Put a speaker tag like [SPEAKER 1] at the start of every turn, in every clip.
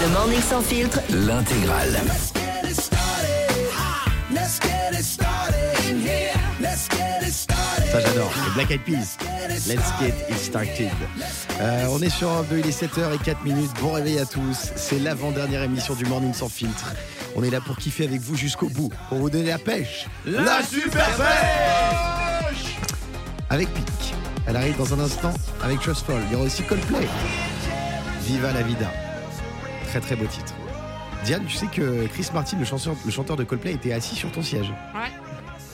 [SPEAKER 1] Le morning sans filtre,
[SPEAKER 2] L'intégrale.
[SPEAKER 3] Ça j'adore, les Black Eyed Peas. Let's get it started. Euh, on est sur un 2, il est 7h et 4 minutes. Bon réveil à tous. C'est l'avant-dernière émission du Morning sans filtre. On est là pour kiffer avec vous jusqu'au bout, pour vous donner la pêche. La super pêche Avec Pic. Elle arrive dans un instant avec Trustfall. Il y aura aussi Coldplay. Viva la vida. Très très beau titre. Diane, tu sais que Chris Martin, le chanteur, le chanteur de Coldplay, était assis sur ton siège.
[SPEAKER 4] Ouais.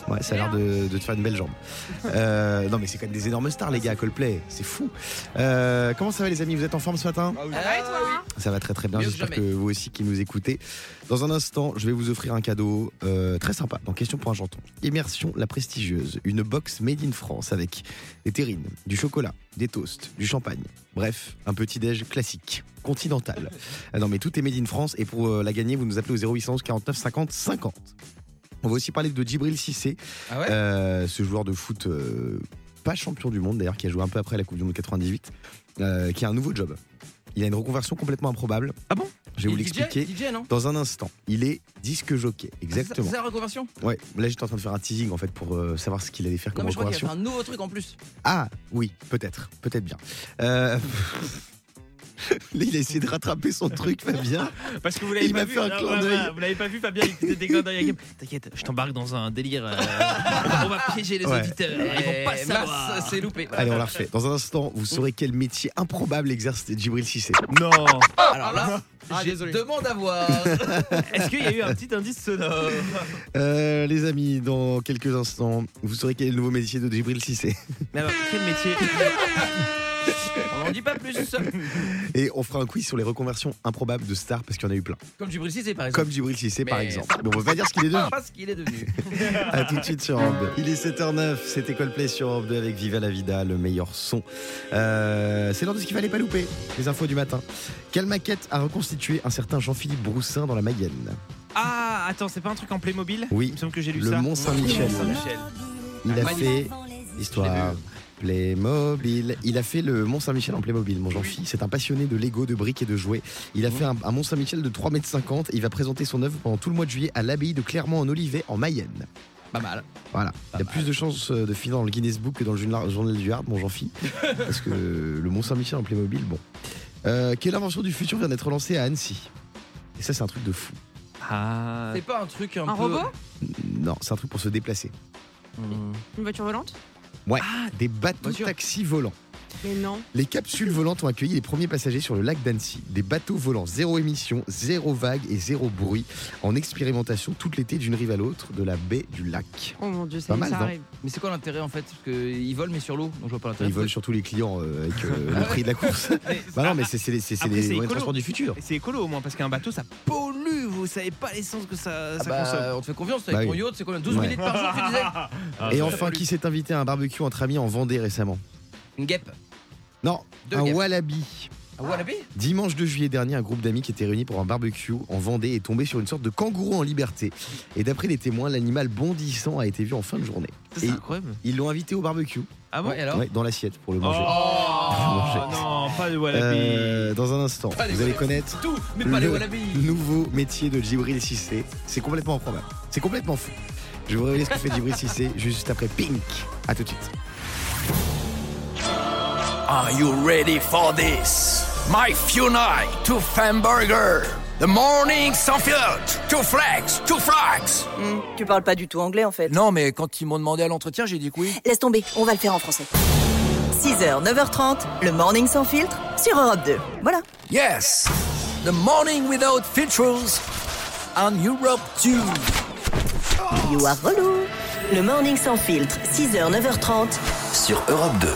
[SPEAKER 3] Ouais, ça a l'air de, de te faire une belle jambe. Euh, non, mais c'est quand même des énormes stars, les gars, à Coldplay. C'est fou. Euh, comment ça va, les amis Vous êtes en forme ce matin
[SPEAKER 4] Ça va Ah bah et toi, hein oui
[SPEAKER 3] Ça va très très bien.
[SPEAKER 5] Ah Mieux que
[SPEAKER 3] J'espère que
[SPEAKER 5] jamais.
[SPEAKER 3] vous aussi qui nous écoutez. Dans un instant, je vais vous offrir un cadeau euh, très sympa. Dans Question pour un janton. Immersion la prestigieuse. Une box made in France avec des terrines, du chocolat, des toasts, du champagne. Bref, un petit déj classique, continental. Ah non, mais tout est made in France. Et pour euh, la gagner, vous nous appelez au 0811 49 50 50. On va aussi parler de Djibril Cissé.
[SPEAKER 5] Ah ouais
[SPEAKER 3] Euh, ce joueur de foot, euh, pas champion du monde d'ailleurs, qui a joué un peu après la Coupe du Monde 98, euh, qui a un nouveau job. Il a une reconversion complètement improbable.
[SPEAKER 5] Ah bon
[SPEAKER 3] Je vais vous
[SPEAKER 5] Il est
[SPEAKER 3] l'expliquer
[SPEAKER 5] DJ, DJ, non
[SPEAKER 3] dans un instant. Il est disque jockey,
[SPEAKER 5] C'est
[SPEAKER 3] exactement.
[SPEAKER 5] sa reconversion
[SPEAKER 3] Ouais, là j'étais en train de faire un teasing en fait pour euh, savoir ce qu'il allait faire
[SPEAKER 5] Non,
[SPEAKER 3] comme
[SPEAKER 5] mais je crois qu'il a
[SPEAKER 3] reconversion.
[SPEAKER 5] fait un nouveau truc en plus.
[SPEAKER 3] Ah oui, peut-être, peut-être bien. Euh, Là, il a essayé de rattraper son truc, Fabien.
[SPEAKER 6] Parce que vous
[SPEAKER 3] Il
[SPEAKER 6] l'avez
[SPEAKER 3] m'a
[SPEAKER 6] pas vu.
[SPEAKER 3] fait un
[SPEAKER 6] Ah,
[SPEAKER 3] clin
[SPEAKER 6] ouais,
[SPEAKER 3] d'œil.
[SPEAKER 6] ouais, Vous l'avez pas vu, Fabien, il faisait des clins d'œil à Guillaume. T'inquiète, je t'embarque dans un délire. euh, on va piéger les
[SPEAKER 3] Ouais.
[SPEAKER 6] auditeurs. Ils vont
[SPEAKER 3] ben,
[SPEAKER 6] pas
[SPEAKER 5] Eh,
[SPEAKER 6] savoir.
[SPEAKER 5] mince, c'est loupé.
[SPEAKER 3] Allez, on la refait. Dans un instant, vous saurez quel métier improbable exerce Djibril Cissé.
[SPEAKER 6] Non.
[SPEAKER 5] Alors là,
[SPEAKER 6] Ah,
[SPEAKER 5] j'ai
[SPEAKER 6] désolé.
[SPEAKER 5] demande à voir.
[SPEAKER 6] Est-ce qu'il y a eu un petit indice sonore
[SPEAKER 3] Euh, les amis, dans quelques instants, vous saurez quel est le nouveau métier de Djibril Cissé.
[SPEAKER 6] Mais alors, quel métier
[SPEAKER 5] on n'en dit pas plus.
[SPEAKER 3] Et on fera un quiz sur les reconversions improbables de stars parce qu'il y en a eu plein.
[SPEAKER 5] Comme du précisé, par exemple.
[SPEAKER 3] Comme Djibril Cissé par
[SPEAKER 5] Mais-
[SPEAKER 3] exemple. Mais on va pas dire ce qu'il est devenu.
[SPEAKER 5] Pas ce qu'il est devenu.
[SPEAKER 3] A tout de suite sur Europe 2. Il est 7h09, c'était Coldplay sur Europe 2 avec Viva la Vida, le meilleur son. Euh, c'est l'heure de ce qu'il fallait pas louper, les infos du matin. Quelle maquette a reconstitué un certain Jean-Philippe Broussin dans la Mayenne
[SPEAKER 6] Ah, attends, c'est pas un truc en Playmobil
[SPEAKER 3] Oui.
[SPEAKER 6] Il me semble que j'ai lu
[SPEAKER 3] Le
[SPEAKER 6] ça.
[SPEAKER 3] Mont Saint-Michel.
[SPEAKER 6] Saint-Michel.
[SPEAKER 3] Il a fait
[SPEAKER 7] Magnifique.
[SPEAKER 3] Histoire. Playmobil. Il a fait le Mont-Saint-Michel en Playmobil, mon jean philippe C'est un passionné de Lego, de briques et de jouets. Il a fait un, un Mont-Saint-Michel de 3,50 m. Il va présenter son œuvre pendant tout le mois de juillet à l'abbaye de Clermont en Olivet, en Mayenne.
[SPEAKER 5] pas mal.
[SPEAKER 3] Voilà. Il a plus de chances euh, de finir dans le Guinness Book que dans le journal, journal du Hard, mon jean philippe Parce que le Mont-Saint-Michel en Playmobil, bon. Euh, quelle invention du futur vient d'être lancée à Annecy Et ça, c'est un truc de fou.
[SPEAKER 6] Ah.
[SPEAKER 5] C'est pas un truc un,
[SPEAKER 4] Un
[SPEAKER 5] peu.
[SPEAKER 4] robot
[SPEAKER 3] Non, c'est un truc pour se déplacer.
[SPEAKER 4] Une voiture volante
[SPEAKER 3] Des bateaux
[SPEAKER 5] Ah, Voiture.
[SPEAKER 3] taxis volants.
[SPEAKER 4] Mais non.
[SPEAKER 3] Les capsules volantes ont accueilli les premiers passagers sur le lac d'Annecy. Des bateaux volants zéro émission, zéro vague et zéro bruit, en expérimentation tout l'été d'une rive à l'autre de la baie du lac.
[SPEAKER 4] Oh mon dieu,
[SPEAKER 3] Pas
[SPEAKER 4] ça, y est,
[SPEAKER 3] mal,
[SPEAKER 4] ça
[SPEAKER 3] non
[SPEAKER 4] arrive.
[SPEAKER 5] Mais c'est quoi l'intérêt en fait Parce qu'ils volent, mais sur l'eau. Donc je vois pas l'intérêt.
[SPEAKER 3] Ils volent surtout les clients euh, avec euh, le prix de la course. bah non, mais c'est c'est les, c'est- c'est
[SPEAKER 6] Ah Après,
[SPEAKER 3] les
[SPEAKER 6] c'est
[SPEAKER 3] moyens de
[SPEAKER 6] écolo.
[SPEAKER 3] transport du futur.
[SPEAKER 6] Et C'est écolo au moins parce qu'un bateau ça pollue, vous savez pas l'essence que ça,
[SPEAKER 5] Ah
[SPEAKER 6] ça
[SPEAKER 5] bah,
[SPEAKER 6] consomme.
[SPEAKER 5] on te fait confiance
[SPEAKER 3] Bah
[SPEAKER 5] avec ton
[SPEAKER 3] oui.
[SPEAKER 5] yacht, c'est combien 12 000
[SPEAKER 3] Ouais.
[SPEAKER 5] litres par jour, tu disais
[SPEAKER 6] Ah,
[SPEAKER 5] Ah,
[SPEAKER 3] et enfin, qui s'est invité à un barbecue entre amis en Vendée récemment
[SPEAKER 5] Une guêpe.
[SPEAKER 3] Non,
[SPEAKER 5] Deux
[SPEAKER 3] un
[SPEAKER 5] guêpes.
[SPEAKER 3] wallaby.
[SPEAKER 5] Ah, Wallaby
[SPEAKER 3] Dimanche 2 juillet dernier, un groupe d'amis qui était réuni pour un barbecue en Vendée est tombé sur une sorte de kangourou en liberté. Et d'après les témoins, l'animal bondissant a été vu en fin de journée.
[SPEAKER 6] Ça,
[SPEAKER 3] Et
[SPEAKER 6] C'est incroyable.
[SPEAKER 3] ils l'ont invité au barbecue.
[SPEAKER 6] Ah bon
[SPEAKER 5] Ouais, alors
[SPEAKER 3] Ouais, dans l'assiette pour le
[SPEAKER 6] Oh
[SPEAKER 3] manger. Manger.
[SPEAKER 6] non, pas de wallaby.
[SPEAKER 3] Euh, dans un instant,
[SPEAKER 5] Pas les
[SPEAKER 3] vous allez
[SPEAKER 5] Wallabies.
[SPEAKER 3] connaître
[SPEAKER 5] Tout, mais pas les
[SPEAKER 3] Le-
[SPEAKER 5] Wallaby
[SPEAKER 3] le nouveau métier de Djibril Cissé. C'est complètement improbable. C'est complètement fou. Je vais vous révéler ce que fait Djibril Cissé juste après Pink. À tout de suite.
[SPEAKER 2] Are you ready for this? My Funai to Famburger. The morning sans filtre. To flex, to flax.
[SPEAKER 1] Hmm, tu parles pas du tout anglais en fait.
[SPEAKER 2] Non, mais quand ils m'ont demandé à l'entretien, j'ai dit que oui.
[SPEAKER 1] Laisse tomber, on va le faire en français. 6h, 9h30, le morning sans filtre sur Europe 2. Voilà.
[SPEAKER 2] Yes. The morning without filters. On Europe 2.
[SPEAKER 1] You are relou. Le morning sans filtre, 6h, 9h30.
[SPEAKER 2] Sur Europe 2.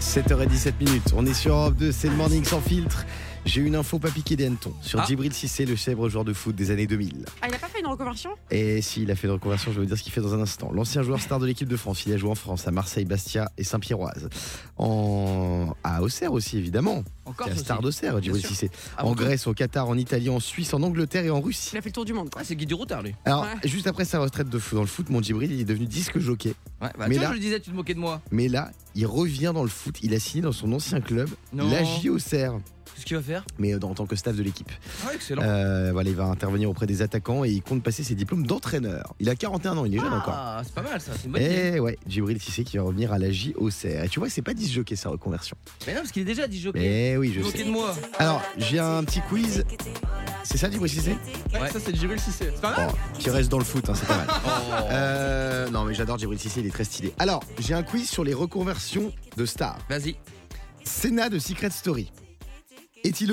[SPEAKER 3] 7h17 minutes. On est sur Europe 2, c'est le morning sans filtre. J'ai une info pas piquée des hannetons sur
[SPEAKER 5] Ah.
[SPEAKER 3] Djibril Cissé, le célèbre joueur de foot des années 2000.
[SPEAKER 4] Ah, il a pas fait une reconversion
[SPEAKER 3] Et s'il a fait une reconversion, je vais vous dire ce qu'il fait dans un instant. L'ancien joueur star de l'équipe de France, il a joué en France, à Marseille, Bastia et Saint-Pierroise. En... À Auxerre aussi, évidemment.
[SPEAKER 5] Encore
[SPEAKER 3] C'est la
[SPEAKER 5] ça
[SPEAKER 3] star
[SPEAKER 5] aussi.
[SPEAKER 3] d'Auxerre, Djibril
[SPEAKER 5] sûr.
[SPEAKER 3] Cissé.
[SPEAKER 5] Ah,
[SPEAKER 3] en
[SPEAKER 5] bon
[SPEAKER 3] Grèce, au Qatar, en Italie, en Suisse, en Angleterre et en Russie.
[SPEAKER 4] Il a fait le tour du monde, quoi.
[SPEAKER 5] Ah, c'est Guy du Routard lui.
[SPEAKER 3] Alors,
[SPEAKER 4] Ouais.
[SPEAKER 3] juste après sa retraite de foot dans le foot, mon Djibril, il est devenu disque jockey.
[SPEAKER 5] Ouais, bah,
[SPEAKER 3] Mais
[SPEAKER 5] tiens,
[SPEAKER 3] là-
[SPEAKER 5] je le disais, tu te moquais de moi.
[SPEAKER 3] Mais là, il revient dans le foot. Il a signé dans son ancien club,
[SPEAKER 5] Non.
[SPEAKER 3] l'AJ Auxerre.
[SPEAKER 5] Qu'est-ce qu'il va faire
[SPEAKER 3] mais euh, dans- en tant que staff de l'équipe.
[SPEAKER 5] Ah, excellent.
[SPEAKER 3] Euh, voilà, il va intervenir auprès des attaquants et il compte passer ses diplômes d'entraîneur. Il a 41 ans, il est jeune encore.
[SPEAKER 5] Ah, c'est pas mal ça, c'est une bonne idée.
[SPEAKER 3] Et Eh ouais, Djibril Cissé qui va revenir à la J Auxerre. Et tu vois, c'est pas disjockey sa reconversion.
[SPEAKER 5] Mais non, parce qu'il est déjà dit jockey.
[SPEAKER 3] Mais oui, je
[SPEAKER 5] Vous moquez
[SPEAKER 3] sais.
[SPEAKER 5] de moi.
[SPEAKER 3] Alors, j'ai un petit quiz. C'est ça, Djibril Cissé
[SPEAKER 5] Ouais.
[SPEAKER 7] Ça, c'est Jibril Cissé. C'est pas
[SPEAKER 3] Bon, Qui reste dans le foot, hein, c'est pas mal.
[SPEAKER 5] Oh.
[SPEAKER 3] Euh, non, mais j'adore Djibril Cissé, il est très stylé. Alors, j'ai un quiz sur les reconversions de stars.
[SPEAKER 5] Vas-y.
[SPEAKER 3] Sénat de Secret Story. Est-il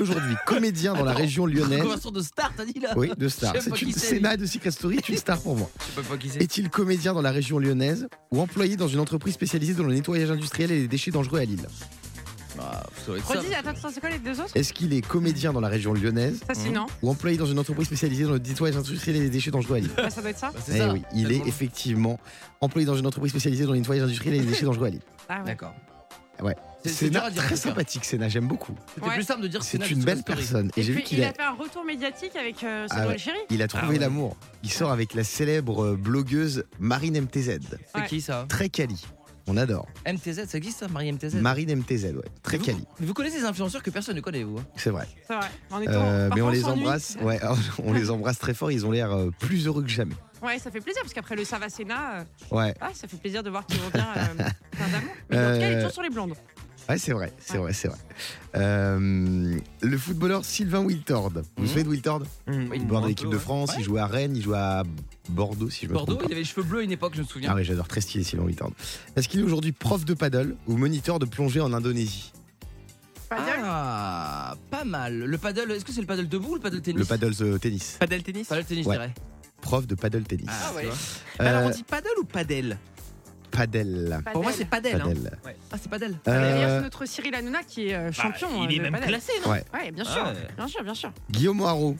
[SPEAKER 3] aujourd'hui comédien dans la
[SPEAKER 5] Attends.
[SPEAKER 3] région lyonnaise
[SPEAKER 5] Conversion de star, t'as dit là
[SPEAKER 3] Oui, de star.
[SPEAKER 5] Je sais pas
[SPEAKER 3] C'est une
[SPEAKER 5] qui c'est,
[SPEAKER 3] Sénat de Secret Story, est une star pour moi.
[SPEAKER 5] Je sais pas qui c'est.
[SPEAKER 3] Est-il comédien dans la région lyonnaise ou employé dans une entreprise spécialisée dans le nettoyage industriel et les déchets dangereux à Lille
[SPEAKER 5] Bah, ça doit être ça.
[SPEAKER 4] Redis, attends, attends, c'est quoi les deux autres
[SPEAKER 3] Est-ce qu'il est comédien dans la région lyonnaise
[SPEAKER 4] Ça, c'est non.
[SPEAKER 3] ou employé dans une entreprise spécialisée dans le nettoyage industriel et les déchets dangereux à Lille
[SPEAKER 4] Bah, ça doit être ça.
[SPEAKER 5] Bah,
[SPEAKER 3] Eh
[SPEAKER 5] c'est ça.
[SPEAKER 3] oui, il est
[SPEAKER 5] Tellement-
[SPEAKER 3] effectivement employé dans une entreprise spécialisée dans le nettoyage industriel et les déchets dangereux à Lille.
[SPEAKER 4] Ah ouais.
[SPEAKER 5] D'accord.
[SPEAKER 3] Ouais.
[SPEAKER 5] C'est- C'est dur
[SPEAKER 3] Sénat,
[SPEAKER 5] à dire. en
[SPEAKER 3] très
[SPEAKER 5] tout cas.
[SPEAKER 3] sympathique, Sénat, j'aime beaucoup.
[SPEAKER 5] C'était
[SPEAKER 4] Ouais.
[SPEAKER 5] plus simple de dire
[SPEAKER 3] C'est
[SPEAKER 5] Sénat
[SPEAKER 3] une
[SPEAKER 5] que
[SPEAKER 3] belle
[SPEAKER 5] Story.
[SPEAKER 3] personne. Et
[SPEAKER 4] Et
[SPEAKER 3] j'ai vu
[SPEAKER 4] puis,
[SPEAKER 3] qu'il
[SPEAKER 4] il a
[SPEAKER 3] a,
[SPEAKER 4] fait un retour médiatique avec euh,
[SPEAKER 3] Ah
[SPEAKER 4] Sandro
[SPEAKER 3] ouais.
[SPEAKER 4] Algérie.
[SPEAKER 3] il a trouvé
[SPEAKER 6] Ah ouais.
[SPEAKER 3] l'amour. Il sort avec la célèbre euh, blogueuse Marine MTZ.
[SPEAKER 5] C'est
[SPEAKER 4] Ouais.
[SPEAKER 5] qui ça
[SPEAKER 3] Très quali. On adore.
[SPEAKER 5] MTZ, ça existe ça Marie MTZ
[SPEAKER 3] Marine MTZ, ouais. Très
[SPEAKER 5] Mm. Vous-
[SPEAKER 3] quali,
[SPEAKER 5] Mais vous connaissez des influenceurs que personne ne connaît, vous hein
[SPEAKER 3] c'est vrai.
[SPEAKER 4] C'est vrai. On est
[SPEAKER 3] Euh,
[SPEAKER 4] en-
[SPEAKER 3] mais on
[SPEAKER 4] parfois,
[SPEAKER 3] les
[SPEAKER 4] s'ennuie.
[SPEAKER 3] embrasse. Ouais, on les embrasse très fort. Ils ont l'air euh, plus heureux que jamais.
[SPEAKER 4] Ouais, ça fait plaisir parce qu'après le Savasena, euh,
[SPEAKER 3] Ouais,
[SPEAKER 4] ah, ça fait plaisir de voir qu'il revient euh, plein d'amour. Mais en tout
[SPEAKER 3] Euh,
[SPEAKER 4] cas, il est toujours sur les blondes.
[SPEAKER 3] ouais c'est vrai, c'est vrai, c'est vrai. Euh, le footballeur Sylvain Wiltord. Vous vous
[SPEAKER 5] Mhm.
[SPEAKER 3] souvenez de Wiltord
[SPEAKER 6] Hmm,
[SPEAKER 5] Oui,
[SPEAKER 3] Il joueur de
[SPEAKER 5] un
[SPEAKER 3] l'équipe
[SPEAKER 5] peu,
[SPEAKER 3] de
[SPEAKER 5] ouais.
[SPEAKER 3] France. Il
[SPEAKER 5] Ouais.
[SPEAKER 3] jouait à Rennes. Il jouait à Bordeaux, si je me
[SPEAKER 5] Bordeaux,
[SPEAKER 3] trompe.
[SPEAKER 5] il
[SPEAKER 3] pas.
[SPEAKER 5] avait les cheveux bleus à une époque, je me
[SPEAKER 3] Ah
[SPEAKER 5] souviens.
[SPEAKER 3] ouais, j'adore. Très stylé Sylvain Wiltord. Est-ce qu'il est aujourd'hui prof de paddle ou moniteur de plongée en Indonésie
[SPEAKER 5] Ah, pas mal. Le paddle, est-ce que c'est le paddle debout ou le paddle tennis
[SPEAKER 3] Le paddle euh, tennis.
[SPEAKER 6] Padel tennis
[SPEAKER 5] Paddle tennis,
[SPEAKER 3] Ouais.
[SPEAKER 5] je dirais.
[SPEAKER 3] Prof de paddle tennis.
[SPEAKER 5] Ah, ouais.
[SPEAKER 6] Alors
[SPEAKER 3] Euh,
[SPEAKER 6] on dit padel ou padel
[SPEAKER 3] Paddle.
[SPEAKER 5] Pour moi, c'est paddel. hein.
[SPEAKER 3] Paddle.
[SPEAKER 5] Ah, c'est paddle.
[SPEAKER 4] D'ailleurs,
[SPEAKER 3] Euh,
[SPEAKER 4] c'est notre Cyril Hanouna qui est euh,
[SPEAKER 6] Bah,
[SPEAKER 4] champion. euh,
[SPEAKER 6] Il
[SPEAKER 4] de
[SPEAKER 6] est même
[SPEAKER 4] padel.
[SPEAKER 6] classé, non
[SPEAKER 3] Ouais.
[SPEAKER 4] Ouais, bien sûr.
[SPEAKER 6] Ah ouais.
[SPEAKER 4] Bien sûr, bien sûr.
[SPEAKER 3] Guillaume Haro,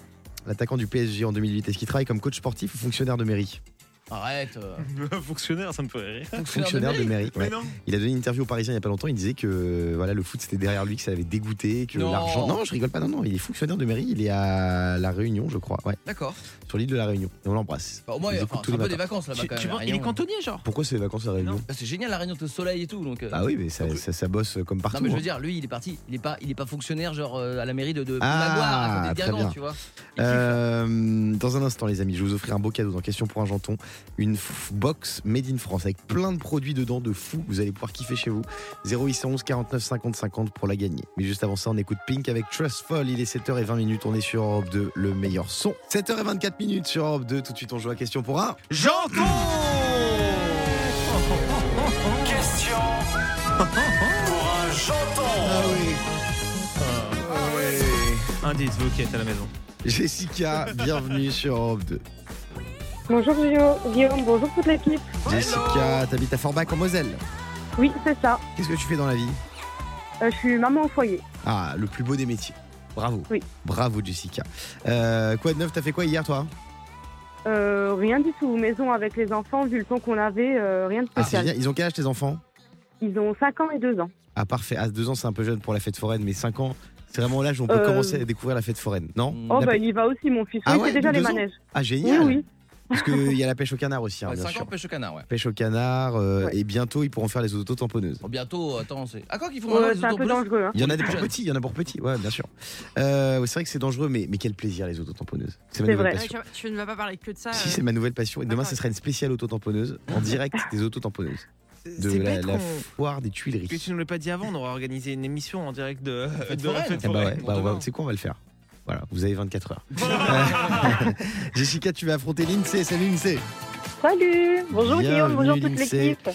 [SPEAKER 3] l'attaquant du PSG en 2008. Est-ce qu'il travaille comme coach sportif ou fonctionnaire de mairie
[SPEAKER 5] Arrête. euh,
[SPEAKER 6] Fonctionnaire, hein, ça me fait rire.
[SPEAKER 3] Fonctionnaire de mairie. ouais.
[SPEAKER 6] non.
[SPEAKER 3] Il a donné une interview au Parisien il y a pas longtemps. Il disait que euh, voilà le foot c'était derrière lui, que ça l'avait dégoûté, que
[SPEAKER 5] Non.
[SPEAKER 3] l'argent. Non, je rigole pas. Non, non, il est fonctionnaire de mairie. Il est à la Réunion, je crois. Ouais,
[SPEAKER 5] D'accord.
[SPEAKER 3] sur l'île de la Réunion. Et on l'embrasse.
[SPEAKER 5] Bah, au moins,
[SPEAKER 3] Il
[SPEAKER 5] enfin,
[SPEAKER 3] nous écoute E. tous
[SPEAKER 5] c'est un
[SPEAKER 3] les
[SPEAKER 5] peu des
[SPEAKER 3] matins.
[SPEAKER 5] vacances là-bas
[SPEAKER 6] Tu,
[SPEAKER 5] quand
[SPEAKER 6] tu
[SPEAKER 5] même.
[SPEAKER 6] vois,
[SPEAKER 5] à
[SPEAKER 6] il est
[SPEAKER 5] Réunion.
[SPEAKER 6] cantonnier, genre.
[SPEAKER 3] Pourquoi c'est les vacances à la Réunion
[SPEAKER 6] Non.
[SPEAKER 5] Bah, C'est génial, la Réunion, t'es au soleil et tout. Donc, euh,
[SPEAKER 3] Ah oui, mais ça,
[SPEAKER 5] Donc,
[SPEAKER 3] ça, ça bosse comme partout.
[SPEAKER 5] Non mais je
[SPEAKER 3] hein.
[SPEAKER 5] veux dire, lui il est parti, il est pas, il est pas fonctionnaire genre euh, à la mairie de, de
[SPEAKER 3] Ah,
[SPEAKER 5] Maguire, à côté de
[SPEAKER 3] très
[SPEAKER 5] Guingamp,
[SPEAKER 3] bien.
[SPEAKER 5] tu vois.
[SPEAKER 3] Euh, dans un instant, les amis, je vais vous offrir un beau cadeau dans Question pour un janton. Une f- box made in France avec plein de produits dedans de fou. Vous allez pouvoir kiffer chez vous. 0811 49 50 50 pour la gagner. Mais juste avant ça, on écoute Pink avec Trustful. Il est 7h20 minutes. On est sur Europe 2, le meilleur son. 7h24 minutes sur Europe 2. Tout de suite, on joue à Question pour un.
[SPEAKER 2] Question pour un janton.
[SPEAKER 3] Ah oui.
[SPEAKER 6] Ah Un des loquettes à la maison.
[SPEAKER 3] Jessica, bienvenue sur Europe 2.
[SPEAKER 8] Bonjour Guillaume, Guillaume, bonjour toute l'équipe.
[SPEAKER 3] Jessica, t'habites à Forbach en Moselle.
[SPEAKER 8] Oui, c'est ça.
[SPEAKER 3] Qu'est-ce que tu fais dans la vie
[SPEAKER 8] Euh, je suis maman au foyer.
[SPEAKER 3] Ah, le plus beau des métiers. Bravo.
[SPEAKER 8] Oui.
[SPEAKER 3] Bravo, Jessica. Euh, quoi de neuf T'as fait quoi hier, toi
[SPEAKER 8] Euh, rien du tout. Maison avec les enfants, vu le temps qu'on avait, euh, rien de
[SPEAKER 3] Ah, c'est
[SPEAKER 8] spécial.
[SPEAKER 3] bien. Ils ont quel âge, tes enfants
[SPEAKER 8] Ils ont 5 ans et 2 ans.
[SPEAKER 3] Ah, parfait. À 2 ans, c'est un peu jeune pour la fête foraine, mais 5 ans, c'est vraiment l'âge où on peut
[SPEAKER 8] Euh.
[SPEAKER 3] commencer à découvrir la fête foraine,
[SPEAKER 5] Mm.
[SPEAKER 3] non
[SPEAKER 5] Hmm.
[SPEAKER 8] Oh,
[SPEAKER 3] La
[SPEAKER 8] bah,
[SPEAKER 3] pe-
[SPEAKER 8] il y va aussi, mon fils.
[SPEAKER 3] Mm. Ah
[SPEAKER 8] oui,
[SPEAKER 3] ouais,
[SPEAKER 8] c'est déjà
[SPEAKER 3] de
[SPEAKER 8] les
[SPEAKER 3] deux ans
[SPEAKER 8] manèges.
[SPEAKER 3] Ah,
[SPEAKER 8] Oui,
[SPEAKER 3] génial
[SPEAKER 8] oui.
[SPEAKER 3] Parce qu'il y a la pêche au canard aussi, hein,
[SPEAKER 5] Ouais,
[SPEAKER 3] bien
[SPEAKER 5] 5 ans
[SPEAKER 3] sûr.
[SPEAKER 5] pêche au canard, ouais.
[SPEAKER 3] Pêche au canard, euh,
[SPEAKER 8] Ouais.
[SPEAKER 3] et bientôt, ils pourront faire les auto-tamponneuses.
[SPEAKER 5] Bon, bientôt, attends, c'est. Ah quoi qu'ils font
[SPEAKER 8] Ouais,
[SPEAKER 5] maintenant les
[SPEAKER 8] c'est un peu
[SPEAKER 5] autobus
[SPEAKER 8] dangereux. Hein.
[SPEAKER 3] Il y en a des
[SPEAKER 5] Plus
[SPEAKER 3] pour
[SPEAKER 5] Oh, jeune.
[SPEAKER 3] petits, il y en a pour petits, ouais, bien sûr. Euh, c'est vrai que c'est dangereux, mais, mais quel plaisir les auto-tamponneuses. C'est ma
[SPEAKER 8] C'est
[SPEAKER 3] nouvelle
[SPEAKER 8] vrai.
[SPEAKER 3] passion.
[SPEAKER 4] Ouais, tu, tu ne vas pas parler que de ça.
[SPEAKER 3] Si
[SPEAKER 4] euh.
[SPEAKER 3] c'est ma nouvelle passion, et demain
[SPEAKER 4] D'accord.
[SPEAKER 3] ce sera une spéciale auto-tamponneuse en direct des auto-tamponneuses de
[SPEAKER 6] C'est
[SPEAKER 3] la,
[SPEAKER 6] bête
[SPEAKER 3] la
[SPEAKER 6] qu'on-
[SPEAKER 3] foire des Tuileries.
[SPEAKER 6] que tu nous l'as pas dit avant, on aurait organisé une émission en direct de,
[SPEAKER 5] Fête
[SPEAKER 6] de la
[SPEAKER 5] foraine.
[SPEAKER 6] fête
[SPEAKER 3] Eh bah ouais,
[SPEAKER 6] foraine.
[SPEAKER 5] pour
[SPEAKER 3] bah on va-
[SPEAKER 5] demain.
[SPEAKER 3] c'est quoi on va le faire Voilà, vous avez 24 heures. Euh, Jessica, tu vas affronter l'INSEE, salut l'INSEE
[SPEAKER 8] Salut. Bonjour
[SPEAKER 3] Bienvenue,
[SPEAKER 8] Guillaume, bonjour toute
[SPEAKER 3] Lindsay.
[SPEAKER 8] l'équipe.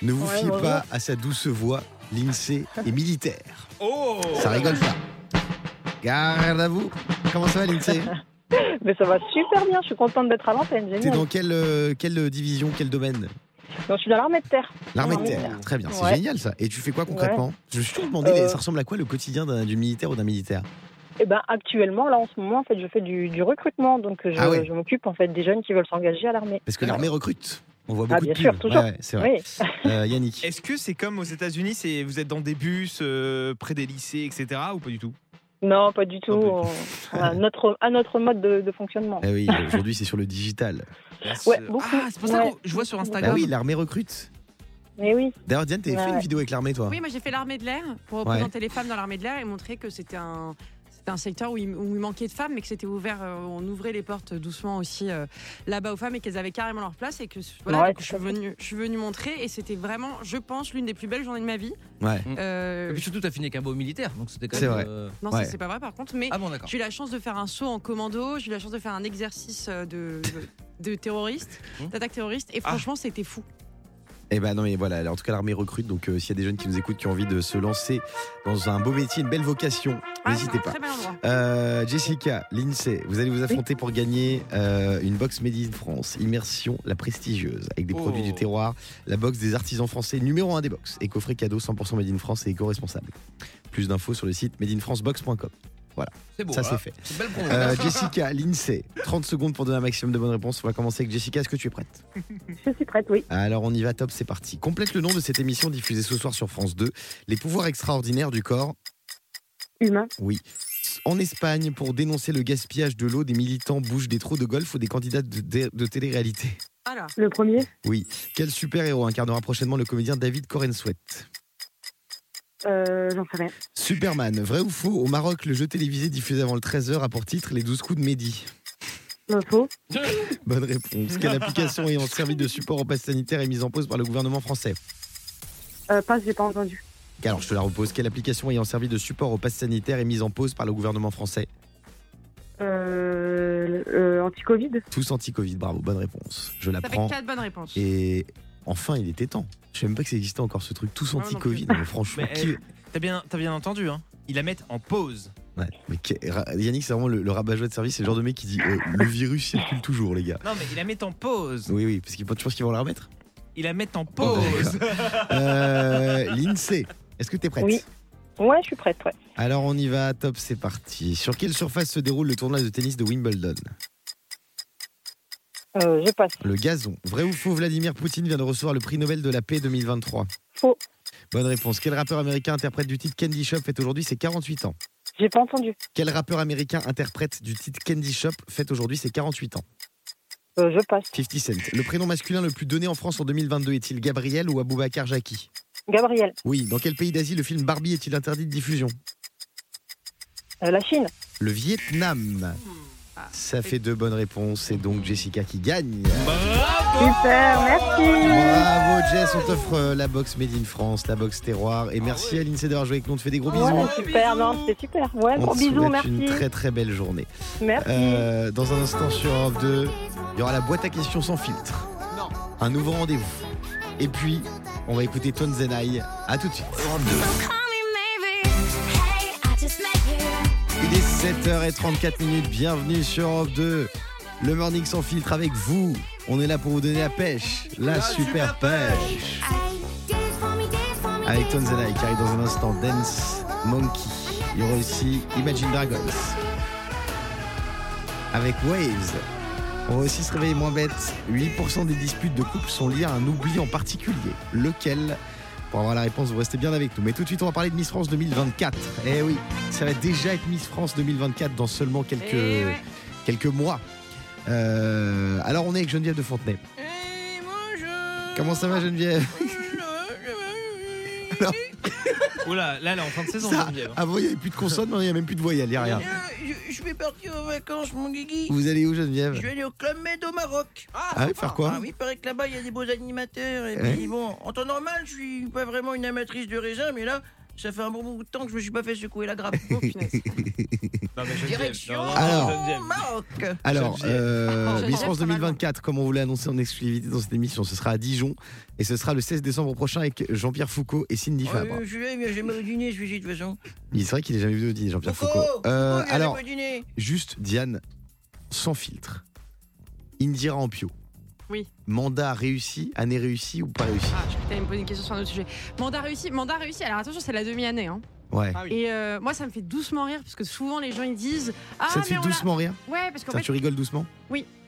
[SPEAKER 3] Ne vous
[SPEAKER 8] Ouais,
[SPEAKER 3] fiez
[SPEAKER 8] bonjour.
[SPEAKER 3] pas à sa douce voix, l'INSEE E est militaire.
[SPEAKER 6] Oh
[SPEAKER 3] Ça rigole pas. Garde à vous Comment ça va l'INSEE
[SPEAKER 8] Mais ça va super bien. Je suis contente d'être à l'antenne.
[SPEAKER 3] E T'es
[SPEAKER 8] Génial.
[SPEAKER 3] dans quelle, euh, quelle division, quel domaine
[SPEAKER 8] Donc, je suis dans l'armée de terre.
[SPEAKER 3] L'armée de
[SPEAKER 8] L'armée de
[SPEAKER 3] terre, très bien, c'est
[SPEAKER 8] Ouais.
[SPEAKER 3] génial ça. Et tu fais quoi concrètement Je me suis toujours demandé,
[SPEAKER 8] Euh.
[SPEAKER 3] ça ressemble à quoi le quotidien d'un du militaire ou d'un militaire
[SPEAKER 8] Et ben, actuellement, là, en ce moment, en fait, je fais du, du recrutement. Donc, euh, je,
[SPEAKER 3] Ah ouais.
[SPEAKER 8] je m'occupe en fait des jeunes qui veulent s'engager à l'armée.
[SPEAKER 3] Parce que l'armée recrute. On voit
[SPEAKER 8] Ah,
[SPEAKER 3] beaucoup de
[SPEAKER 8] bien sûr,
[SPEAKER 3] pubs.
[SPEAKER 8] toujours.
[SPEAKER 3] Ouais, ouais, c'est vrai.
[SPEAKER 8] Oui.
[SPEAKER 3] Euh, Yannick
[SPEAKER 6] Est-ce que c'est comme aux États-Unis, c'est vous êtes dans des bus euh, près des lycées, etc. ou pas du tout
[SPEAKER 8] Non, pas du tout.
[SPEAKER 6] Non
[SPEAKER 8] On- on a notre, à notre mode de, de fonctionnement.
[SPEAKER 3] Eh oui, aujourd'hui c'est sur le digital.
[SPEAKER 8] Ouais, beaucoup.
[SPEAKER 6] Ah, c'est pour ça
[SPEAKER 8] Ouais.
[SPEAKER 6] que je vois sur
[SPEAKER 3] Bah
[SPEAKER 6] Instagram.
[SPEAKER 3] oui, l'armée recrute.
[SPEAKER 8] Mais oui.
[SPEAKER 3] D'ailleurs, Diane, t'as
[SPEAKER 8] Ouais,
[SPEAKER 3] fait une
[SPEAKER 8] ouais.
[SPEAKER 3] vidéo avec l'armée, toi
[SPEAKER 4] Oui, moi j'ai fait l'armée de l'air pour représenter les femmes dans l'armée de l'air et montrer que c'était un, c'était un secteur où il, où il manquait de femmes, mais que c'était ouvert, euh, on ouvrait les portes doucement aussi euh, là-bas aux femmes et qu'elles avaient carrément leur place. Et que voilà,
[SPEAKER 8] Ouais,
[SPEAKER 4] donc je, suis venue, je suis venue montrer et c'était vraiment, je pense, l'une des plus belles journées de ma vie.
[SPEAKER 3] Ouais.
[SPEAKER 4] Euh,
[SPEAKER 5] Et puis surtout, t'as fini avec un beau militaire, donc c'était quand
[SPEAKER 3] C'est
[SPEAKER 5] même.
[SPEAKER 3] vrai.
[SPEAKER 5] euh,
[SPEAKER 4] non, ça,
[SPEAKER 3] ouais.
[SPEAKER 4] c'est pas vrai par contre, mais
[SPEAKER 5] Ah bon, d'accord.
[SPEAKER 4] j'ai eu la chance de faire un saut en commando, j'ai eu la chance de faire un exercice euh, de. de terroriste,
[SPEAKER 3] Mm.
[SPEAKER 5] Hmm.
[SPEAKER 4] d'attaque terroriste,
[SPEAKER 3] Ah.
[SPEAKER 4] et franchement c'était fou.
[SPEAKER 3] Eh ben non, mais voilà, en tout cas l'armée recrute, donc euh, s'il y a des jeunes qui nous écoutent qui ont envie de se lancer dans un beau métier, une belle vocation,
[SPEAKER 4] Ah,
[SPEAKER 3] n'hésitez
[SPEAKER 4] c'est un
[SPEAKER 3] pas.
[SPEAKER 4] Très bel endroit.
[SPEAKER 3] Euh, Jessica, l'INSEE, vous allez vous affronter pour gagner euh, une box Made in France, Immersion, la prestigieuse, avec des
[SPEAKER 6] Oh.
[SPEAKER 3] produits du terroir, la box des artisans français, numéro 1 des box, et coffret cadeau 100% Made in France et éco-responsable. Plus d'infos sur le site madeinfrancebox.com.
[SPEAKER 5] C'est beau.
[SPEAKER 3] Ça,
[SPEAKER 5] voilà.
[SPEAKER 3] c'est fait.
[SPEAKER 5] C'est une belle promo.
[SPEAKER 3] Euh, Jessica, l'INSEE, 30 secondes pour donner un maximum de bonnes réponses. On va commencer avec Jessica, est-ce que tu es prête
[SPEAKER 8] Je suis prête, oui.
[SPEAKER 3] alors on y va, top, c'est parti. Complète le nom de cette émission diffusée ce soir sur France 2. Les pouvoirs extraordinaires du corps
[SPEAKER 8] Humain.
[SPEAKER 3] en Espagne pour dénoncer le gaspillage de l'eau, des militants bougent des trous de golf ou des candidats de, de- de télé-réalité.
[SPEAKER 4] Ah là,
[SPEAKER 8] Le premier.
[SPEAKER 3] Quel super-héros incarnera prochainement le comédien David Corenswet
[SPEAKER 8] Euh, J'en sais rien.
[SPEAKER 3] Superman, vrai ou faux Au Maroc, le jeu télévisé diffusé avant le 13h a pour titre Les 12 coups de Mehdi.
[SPEAKER 8] Euh, faux.
[SPEAKER 3] Bonne réponse. Quelle application ayant servi de support au pass sanitaire est mise en pause par le gouvernement français
[SPEAKER 8] Euh, passe, j'ai pas entendu.
[SPEAKER 3] Alors je te la repose. Quelle application ayant servi de support au pass sanitaire est mise en pause par le gouvernement français
[SPEAKER 8] Euh, le- euh, Anti-Covid.
[SPEAKER 3] Tous anti-Covid, bravo, bonne réponse. Je la
[SPEAKER 4] ça
[SPEAKER 3] prends.
[SPEAKER 4] fait quatre bonnes réponses.
[SPEAKER 3] Et enfin, il était temps. Je sais même pas que ça existait encore ce truc tous
[SPEAKER 4] Ouais, non euh,
[SPEAKER 3] anti-Covid, mais franchement,
[SPEAKER 6] Mais,
[SPEAKER 3] qui-
[SPEAKER 6] eh, T'as bien, t'as bien entendu, hein Ils la mettent en pause.
[SPEAKER 3] Ouais, mais qui- Ra- Yannick, c'est vraiment le, le rabat-joie de service, c'est le genre de mec qui dit euh, le virus circule toujours, les gars.
[SPEAKER 6] Non, mais ils la mettent en pause.
[SPEAKER 3] Oui, oui, parce qu'ils tu penses qu'ils vont la remettre
[SPEAKER 6] Ils la mettent en pause.
[SPEAKER 3] euh, L'INSEE, est-ce que t'es prête
[SPEAKER 8] Oui. Ouais, je suis prête, ouais.
[SPEAKER 3] Alors on y va, top, c'est parti. Sur quelle surface se déroule le tournoi de tennis de Wimbledon
[SPEAKER 8] Euh, je passe.
[SPEAKER 3] Le gazon. Vrai ou faux, Vladimir Poutine vient de recevoir le prix Nobel de la paix 2023
[SPEAKER 8] Faux.
[SPEAKER 3] Bonne réponse. Quel rappeur américain interprète du titre Candy Shop fait aujourd'hui ses 48 ans
[SPEAKER 8] J'ai pas entendu.
[SPEAKER 3] Quel rappeur américain interprète du titre Candy Shop fête aujourd'hui ses 48 ans
[SPEAKER 8] Euh, je passe.
[SPEAKER 3] 50 Cent. Le prénom masculin le plus donné en France en 2022 est-il Gabriel ou Aboubacar Jaki
[SPEAKER 8] Gabriel.
[SPEAKER 3] Oui. Dans quel pays d'Asie le film Barbie est-il interdit de diffusion
[SPEAKER 8] Euh, la Chine.
[SPEAKER 3] Le Vietnam. Ça fait deux bonnes réponses. C'est donc Jessica qui gagne.
[SPEAKER 8] Super, merci.
[SPEAKER 3] Bravo Jess, on t'offre euh, la box Made in France, la box terroir. Et merci à l'INSEE d'avoir joué avec nous. On te fait des gros bisous.
[SPEAKER 8] Ouais, super, non, c'était super. Ouais,
[SPEAKER 3] On
[SPEAKER 8] gros
[SPEAKER 3] te
[SPEAKER 8] bisous,
[SPEAKER 3] souhaite
[SPEAKER 8] merci.
[SPEAKER 3] une très très belle journée.
[SPEAKER 8] Merci.
[SPEAKER 3] Euh, dans un instant sur Europe 2, il y aura la boîte à questions sans filtre. Un nouveau rendez-vous. Et puis, on va écouter Tonzenai. À tout de suite. Il est 7h34 minutes. Bienvenue sur Europe 2. Le morning sans filtre avec vous. On est là pour vous donner la pêche. La, super, pêche. Avec Tonzenai qui arrive dans un instant. Dance Monkey. Il y aura aussi Imagine Dragons. Avec Waves. On va aussi se réveiller moins bête. 8% des disputes de couple sont liées à un oubli en particulier. Lequel Pour avoir la réponse, vous restez bien avec nous. Mais tout de suite, on va parler de Miss France 2024. Eh oui, ça va déjà être Miss France 2024 dans seulement quelques,
[SPEAKER 4] Et ouais.
[SPEAKER 3] quelques mois. Euh, alors, on est avec Geneviève de Fontenay.
[SPEAKER 4] Et bonjour.
[SPEAKER 3] Comment ça va, Geneviève
[SPEAKER 6] Oula, là, là, en fin de saison,
[SPEAKER 3] Ça,
[SPEAKER 6] Geneviève.
[SPEAKER 3] Avant, il n'y avait plus de consonnes, maintenant, il n'y a même plus de voyelles, il n'y a rien.
[SPEAKER 5] Je, vais partir en vacances, mon Guigui.
[SPEAKER 3] Vous allez où, Geneviève
[SPEAKER 5] vais aller au Club Med au Maroc.
[SPEAKER 3] Ah oui, faire quoi
[SPEAKER 5] Ah oui, il paraît que là-bas, il y a des beaux animateurs. Et
[SPEAKER 3] Ouais.
[SPEAKER 5] puis bon, en temps normal, je suis pas vraiment une amatrice de raisin, mais là, ça fait un bon bout de temps que je me suis pas fait secouer la grappe.
[SPEAKER 4] Oh, punaise.
[SPEAKER 6] Non, mais Geneviève.
[SPEAKER 5] Direction
[SPEAKER 6] Non, non, non,
[SPEAKER 3] Alors.
[SPEAKER 5] Oh,
[SPEAKER 6] Geneviève.
[SPEAKER 5] Maroc
[SPEAKER 3] Alors,
[SPEAKER 6] Geneviève.
[SPEAKER 3] euh,
[SPEAKER 4] Geneviève,
[SPEAKER 3] Miss France
[SPEAKER 4] c'est pas mal.
[SPEAKER 3] 2024, comme on vous l'a annoncé en exclusivité dans cette émission, ce sera à Dijon et ce sera le 16 décembre prochain avec Jean-Pierre Foucault et Cindy Fabre.
[SPEAKER 5] Euh, Je vais, mais j'ai mal au dîner, je suis de toute façon. Oh,
[SPEAKER 3] Il C'est vrai qu'il est jamais venu au dîner, Jean-Pierre Foucault. Euh,
[SPEAKER 5] Foucault, viens,
[SPEAKER 3] alors,
[SPEAKER 5] j'ai mal au dîner.
[SPEAKER 3] juste Diane, sans filtre. Indira Ampio.
[SPEAKER 4] Oui.
[SPEAKER 3] Mandat réussi, année réussie ou pas réussi
[SPEAKER 4] Ah, je croyais que t'allais me poser une question sur un autre sujet. Mandat réussi, mandat réussi. Alors attention, c'est la demi-année. Hein.
[SPEAKER 3] Ouais.
[SPEAKER 6] Oui.
[SPEAKER 4] Et euh, moi, ça me fait doucement rire parce que souvent les gens ils disent Ah,
[SPEAKER 3] ça te
[SPEAKER 4] mais
[SPEAKER 3] fait
[SPEAKER 4] on l'a-
[SPEAKER 3] doucement rien
[SPEAKER 4] Ouais, parce qu'en
[SPEAKER 3] Ça,
[SPEAKER 4] fait,
[SPEAKER 3] tu rigoles doucement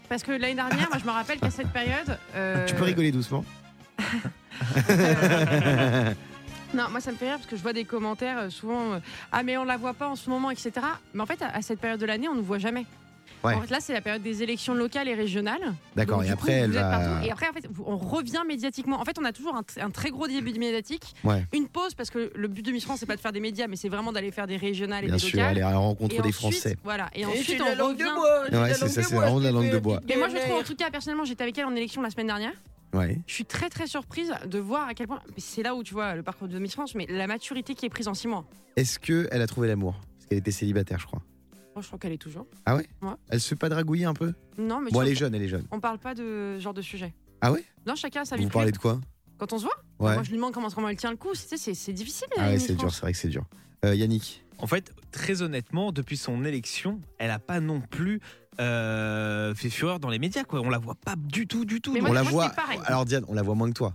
[SPEAKER 4] parce que l'année dernière, moi je me rappelle qu'à cette période. euh,
[SPEAKER 3] Tu peux rigoler doucement
[SPEAKER 4] euh, Non, moi ça me fait rire parce que je vois des commentaires euh, souvent euh, Ah, mais on la voit pas en ce moment, etc. Mais en fait, à, à cette période de l'année, on ne voit jamais.
[SPEAKER 3] Ouais.
[SPEAKER 4] En fait, là, c'est la période des élections locales et régionales.
[SPEAKER 3] D'accord,
[SPEAKER 4] Donc,
[SPEAKER 3] et
[SPEAKER 4] du
[SPEAKER 3] après,
[SPEAKER 4] coup,
[SPEAKER 3] elle
[SPEAKER 4] vous êtes
[SPEAKER 3] va. euh,
[SPEAKER 4] partout. Et après, en fait, vous- on revient médiatiquement. En fait, on a toujours un, tr- un très gros début médiatique.
[SPEAKER 3] Ouais.
[SPEAKER 4] Une pause, parce que le but de Miss France, c'est pas de faire des médias, mais c'est vraiment d'aller faire des régionales
[SPEAKER 3] Bien
[SPEAKER 4] et des
[SPEAKER 3] sûr,
[SPEAKER 4] locales.
[SPEAKER 3] aller à la rencontre
[SPEAKER 4] et
[SPEAKER 3] des
[SPEAKER 4] ensuite-
[SPEAKER 3] Français.
[SPEAKER 4] Voilà. Et
[SPEAKER 5] Et c'est
[SPEAKER 4] ensuite,
[SPEAKER 5] la
[SPEAKER 4] on
[SPEAKER 5] langue de
[SPEAKER 4] revient.
[SPEAKER 5] bois. la
[SPEAKER 3] Ouais, c'est
[SPEAKER 5] langue
[SPEAKER 3] ça,
[SPEAKER 5] de
[SPEAKER 3] c'est
[SPEAKER 5] bois,
[SPEAKER 3] vraiment
[SPEAKER 5] je
[SPEAKER 3] la
[SPEAKER 5] t'ai
[SPEAKER 3] langue
[SPEAKER 5] fait
[SPEAKER 3] de
[SPEAKER 5] la
[SPEAKER 3] bois.
[SPEAKER 5] petite
[SPEAKER 4] Mais moi, je trouve, en
[SPEAKER 5] galère.
[SPEAKER 4] tout cas, personnellement, j'étais avec elle en élection la semaine dernière.
[SPEAKER 3] Ouais.
[SPEAKER 4] Je suis très, très surprise de voir à quel point. C'est là où tu vois le parcours de Miss France, mais la maturité qui est prise en six mois.
[SPEAKER 3] Est-ce qu'elle a trouvé l'amour Parce qu'elle était célibataire, je crois.
[SPEAKER 4] Moi, je trouve qu'elle est toujours.
[SPEAKER 3] Elle se fait pas dragouiller un peu
[SPEAKER 4] Non, mais tu
[SPEAKER 3] Bon,
[SPEAKER 4] vois,
[SPEAKER 3] elle est jeune, elle est jeune.
[SPEAKER 4] on parle pas de ce genre de sujet.
[SPEAKER 3] Ah ouais
[SPEAKER 4] Non, chacun a sa vie
[SPEAKER 3] Vous
[SPEAKER 4] privée.
[SPEAKER 3] parlez de quoi
[SPEAKER 4] Quand on se voit,
[SPEAKER 3] Ouais.
[SPEAKER 4] Bah, moi je lui demande comment, comment elle tient le coup. Tu sais, C'est c'est difficile.
[SPEAKER 3] Ah ouais,
[SPEAKER 4] Miss
[SPEAKER 3] c'est dur,
[SPEAKER 4] France.
[SPEAKER 3] c'est vrai que c'est dur. Euh, Yannick
[SPEAKER 6] En fait, très honnêtement, depuis son élection, elle a pas non plus euh, fait fureur dans les médias. Quoi. On la voit pas du tout, du tout.
[SPEAKER 4] Mais
[SPEAKER 6] Donc-
[SPEAKER 4] moi,
[SPEAKER 3] On la
[SPEAKER 4] c'était
[SPEAKER 3] voit.
[SPEAKER 4] pareil.
[SPEAKER 3] Alors, Diane, on la voit moins que toi.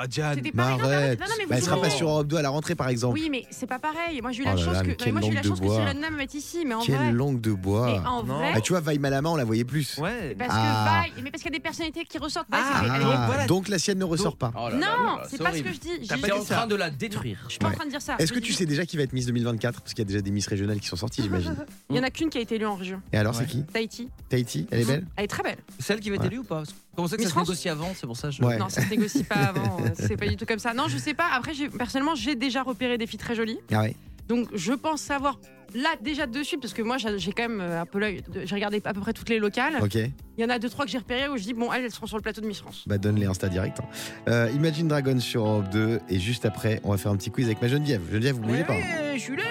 [SPEAKER 6] Ah, Diane,
[SPEAKER 4] C'était
[SPEAKER 3] Mais
[SPEAKER 4] pareil. Non, mais
[SPEAKER 3] arrête
[SPEAKER 4] non, mais vous
[SPEAKER 3] Bah, Elle sera pas
[SPEAKER 4] jouez.
[SPEAKER 3] sur Europe 2 à la rentrée, par exemple.
[SPEAKER 4] Oui, mais c'est pas pareil. Moi j'ai eu
[SPEAKER 3] Oh
[SPEAKER 4] la
[SPEAKER 3] là
[SPEAKER 4] chance
[SPEAKER 3] là, mais
[SPEAKER 4] que. non, mais moi j'ai eu la
[SPEAKER 3] quelle langue
[SPEAKER 4] chance
[SPEAKER 3] de
[SPEAKER 4] que
[SPEAKER 3] bois.
[SPEAKER 4] Cyril Hanouna me mette ici, mais en
[SPEAKER 3] Quelle
[SPEAKER 4] vrai.
[SPEAKER 3] langue de
[SPEAKER 4] Mais
[SPEAKER 3] bois
[SPEAKER 4] en
[SPEAKER 6] Non.
[SPEAKER 4] vrai.
[SPEAKER 3] Ah, Tu vois, Vaille Malama, on la voyait plus.
[SPEAKER 6] ouais.
[SPEAKER 4] Parce
[SPEAKER 3] Ah.
[SPEAKER 4] que Vaille- mais parce qu'il y a des personnalités qui ressortent. Vaille,
[SPEAKER 6] Ah,
[SPEAKER 4] c'est- elle est-
[SPEAKER 6] donc voilà.
[SPEAKER 3] Donc la sienne ne ressort pas.
[SPEAKER 7] Oh là là là
[SPEAKER 4] Non,
[SPEAKER 7] là,
[SPEAKER 4] c'est pas ce
[SPEAKER 7] horrible.
[SPEAKER 4] que je dis.
[SPEAKER 6] T'as
[SPEAKER 4] J'ai-
[SPEAKER 6] pas
[SPEAKER 7] T'es en
[SPEAKER 6] C'est ça.
[SPEAKER 7] train de la détruire.
[SPEAKER 4] Je suis pas en
[SPEAKER 3] Ouais.
[SPEAKER 4] train de dire ça.
[SPEAKER 3] Est-ce que
[SPEAKER 4] Je
[SPEAKER 3] tu
[SPEAKER 4] dis-
[SPEAKER 3] sais déjà qui va être Miss 2024 Parce qu'il y a déjà des Miss régionales qui sont sorties, j'imagine.
[SPEAKER 4] Il y en a qu'une qui a été élue en région.
[SPEAKER 3] Et alors,
[SPEAKER 7] Ouais.
[SPEAKER 3] c'est qui
[SPEAKER 4] Tahiti.
[SPEAKER 3] Tahiti Elle est belle
[SPEAKER 4] Elle est très belle.
[SPEAKER 7] Celle qui va être
[SPEAKER 3] Ouais.
[SPEAKER 7] élue ou pas Comment ça que
[SPEAKER 4] Miss
[SPEAKER 7] ça se
[SPEAKER 4] France
[SPEAKER 7] négocie avant C'est pour ça que je.
[SPEAKER 3] Ouais.
[SPEAKER 4] Non, ça se négocie pas avant. euh, C'est pas du tout comme ça. Non, je sais pas. Après, j'ai- personnellement, j'ai déjà repéré des filles très jolies.
[SPEAKER 3] Ah ouais.
[SPEAKER 4] Donc je pense savoir là déjà de suite parce que moi j'a- j'ai quand même euh, un peu l'œil. de- J'ai regardé à peu près toutes les locales.
[SPEAKER 3] Ok.
[SPEAKER 4] Il y en a deux trois que j'ai repérées où je dis bon elles, elles seront sur le plateau de Miss France.
[SPEAKER 3] Bah donne-les Insta direct. hein. Euh, Imagine Dragon sur Europe 2 et juste après, on va faire un petit quiz avec ma Geneviève. Geneviève, vous bougez
[SPEAKER 5] Mais
[SPEAKER 3] pas.
[SPEAKER 5] oui,
[SPEAKER 3] hein.
[SPEAKER 5] je suis là.